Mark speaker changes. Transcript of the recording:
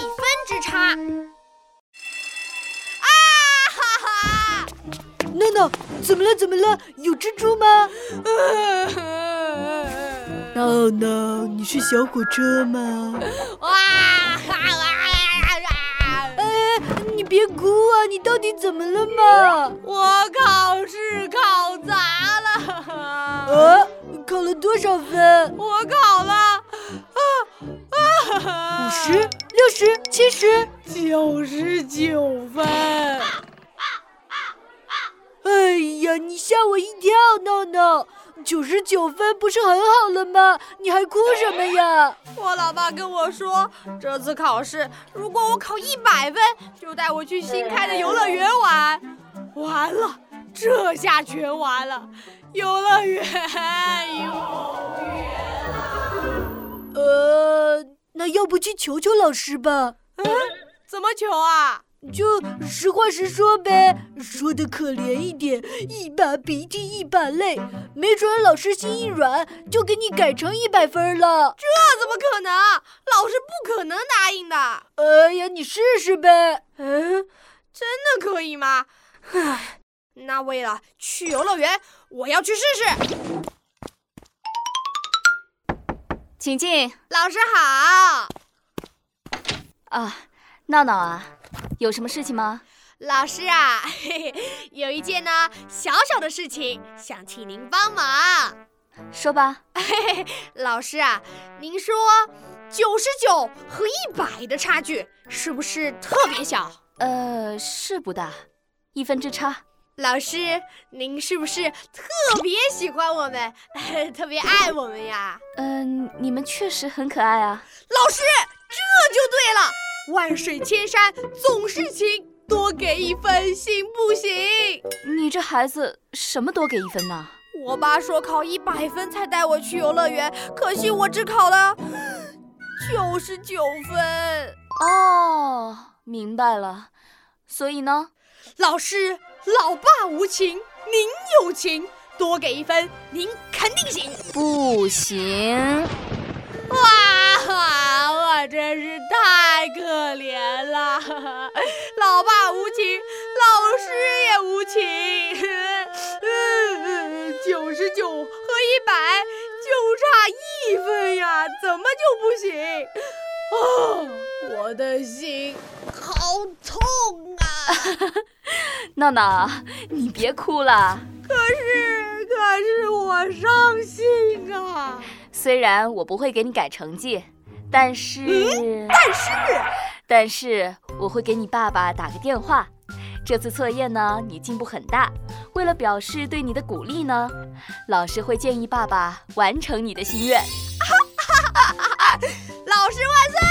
Speaker 1: 啦！
Speaker 2: 啊哈哈！
Speaker 3: 娜娜，怎么了？怎么了？有蜘蛛吗？闹闹，你是小火车吗？
Speaker 2: 哇哈哈！
Speaker 3: 哎，你别哭啊！你到底怎么了嘛？
Speaker 2: 我考试考砸了，
Speaker 3: 啊，考了多少分？
Speaker 2: 我考了啊啊！
Speaker 3: 五十、六十、七十？
Speaker 2: 九十九分，
Speaker 3: 哎呀，你吓我一跳，闹闹，九十九分不是很好了吗？你还哭什么呀？
Speaker 2: 我老爸跟我说，这次考试如果我考一百分，就带我去新开的游乐园玩。完了，这下全完了，游乐园。哎
Speaker 3: 呃，那要不去求求老师吧？
Speaker 2: 怎么求啊？
Speaker 3: 就实话实说呗，说的可怜一点，一把鼻涕一把泪，没准老师心一软就给你改成一百分了。
Speaker 2: 那怎么可能？啊老师不可能答应的。
Speaker 3: 哎呀，你试试呗。
Speaker 2: 嗯，真的可以吗？唉，那为了去游乐园，我要去试试。
Speaker 1: 请进。
Speaker 2: 老师好，
Speaker 1: 啊，闹闹啊，有什么事情吗？
Speaker 2: 老师啊， 嘿嘿，有一件呢小小的事情想请您帮忙。
Speaker 1: 说吧。
Speaker 2: 老师啊，您说九十九和一百的差距是不是特别小？
Speaker 1: 呃，事不大，一分之差。
Speaker 2: 老师，您是不是特别喜欢我们， 特别爱我们呀？
Speaker 1: 嗯、你们确实很可爱啊。
Speaker 2: 老师，这就对了。万水千山总是情，多给一分行不行？
Speaker 1: 你这孩子什么多给一分呢？
Speaker 2: 我爸说考一百分才带我去游乐园，可惜我只考了九十九分。
Speaker 1: 哦，明白了。所以呢？
Speaker 2: 老师，老爸无情，您有情，多给一分，您肯定行。
Speaker 1: 不行。啊
Speaker 2: 哇，我真是太可怜了，老爸无情，老师也无情， 九十九和一百就差一分呀，怎么就不行？啊，我的心好痛啊！
Speaker 1: 闹闹，你别哭了。
Speaker 2: 可是，可是我伤心啊！
Speaker 1: 虽然我不会给你改成绩，但是，
Speaker 2: 嗯但是。
Speaker 1: 但是我会给你爸爸打个电话。这次测验呢，你进步很大。为了表示对你的鼓励呢，老师会建议爸爸完成你的心愿。
Speaker 2: 老师万岁！